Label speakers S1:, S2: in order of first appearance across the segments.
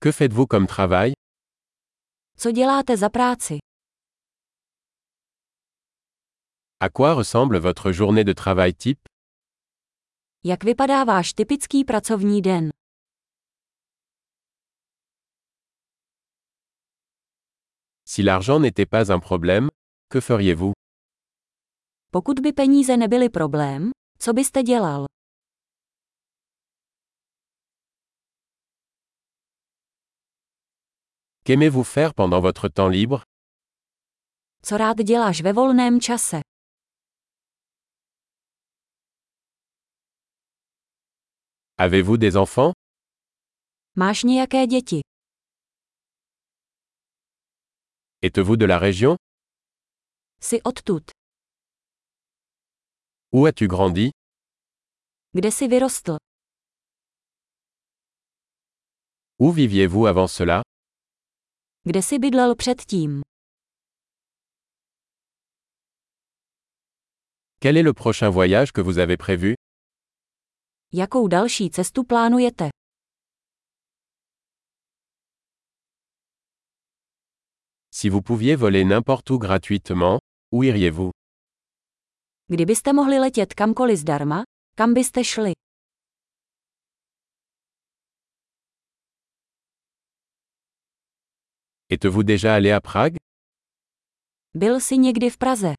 S1: Que faites-vous comme travail
S2: Co děláte za práci?
S1: À quoi ressemble votre journée de travail type
S2: Jak vypadá váš typický pracovní den?
S1: Si l'argent n'était pas un problème, que feriez-vous
S2: Pokud by peníze nebyly problém, co byste dělal?
S1: Qu'aimez-vous faire pendant votre temps libre
S2: Co rád děláš ve volném čase?
S1: Avez-vous des enfants
S2: Máš nějaké děti?
S1: Êtes-vous de la région
S2: Jsi odtud?
S1: Où as-tu grandi
S2: Kde jsi vyrostl?
S1: Où viviez-vous avant cela
S2: Kde jsi bydlel předtím?
S1: Quel est le prochain voyage que vous avez prévu
S2: Jakou další cestu plánujete?
S1: Si vous pouviez voler n'importe où gratuitement, où iriez-vous
S2: Kdybyste mohli letět kamkoliv zdarma, kam byste šli?
S1: Êtes-vous déjà allé à Prague
S2: Byl jsi někdy v Praze?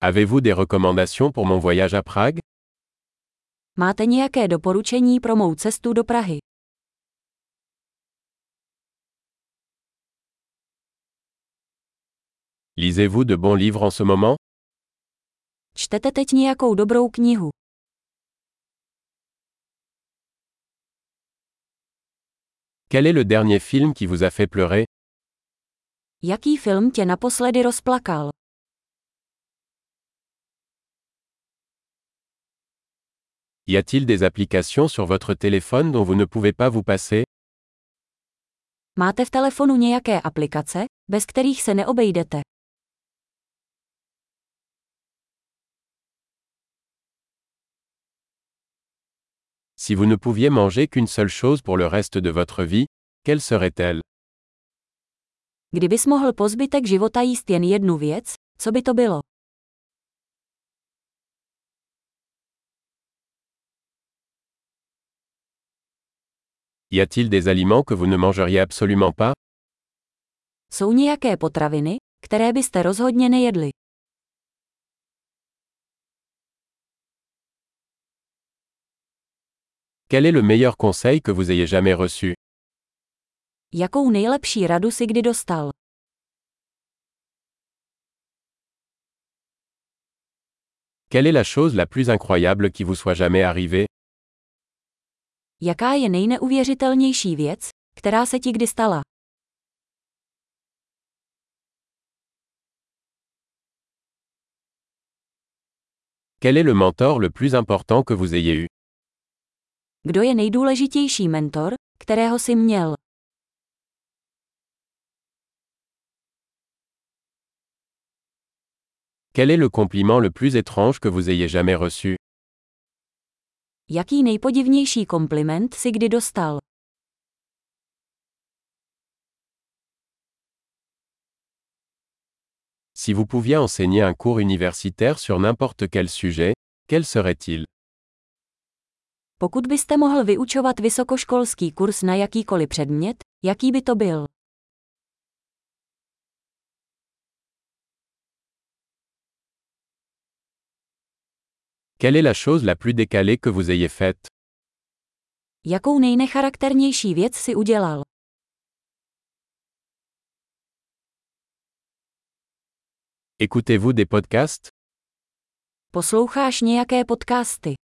S1: Avez-vous des recommandations pour mon voyage à Prague
S2: Máte nějaké doporučení pro mou cestu do Prahy?
S1: Lisez-vous de bons livres en ce moment
S2: Čtete teď nějakou dobrou knihu?
S1: Quel est le dernier film qui vous a fait pleurer
S2: Jaký film tě naposledy rozplakal?
S1: Y a-t-il des applications sur votre téléphone dont vous ne pouvez pas vous passer
S2: Máte v telefonu nějaké aplikace, bez kterých se neobejdete?
S1: Si vous ne pouviez manger qu'une seule chose pour le reste de votre vie, quelle serait-elle
S2: Kdybys mohl po zbytek života jíst jen jednu věc, co by to bylo?
S1: Y a-t-il des aliments que vous ne mangeriez absolument pas
S2: Jsou nějaké potraviny, které byste rozhodně nejedli?
S1: Quel est le meilleur conseil que vous ayez jamais reçu
S2: Jakou nejlepší radu si kdy dostal?
S1: Quelle est la chose la plus incroyable qui vous soit jamais arrivée
S2: Jaká je nejneuvěřitelnější věc, která se ti kdy stala?
S1: Quel est le mentor le plus important que vous ayez eu
S2: Kdo je nejdůležitější mentor, kterého jsi měl?
S1: Quel est le compliment le plus étrange que vous ayez jamais reçu
S2: Jaký nejpodivnější kompliment si kdy dostal?
S1: Si vous pouviez enseigner un cours universitaire sur n'importe quel sujet, quel serait-il
S2: Pokud byste mohl vyučovat vysokoškolský kurz na jakýkoliv předmět, jaký by to byl?
S1: Quelle est la chose la plus décalée que vous ayez faite
S2: Jakou nejnecharakternější věc si udělal?
S1: Écoutez-vous des podcasts
S2: Posloucháš nějaké podcasty?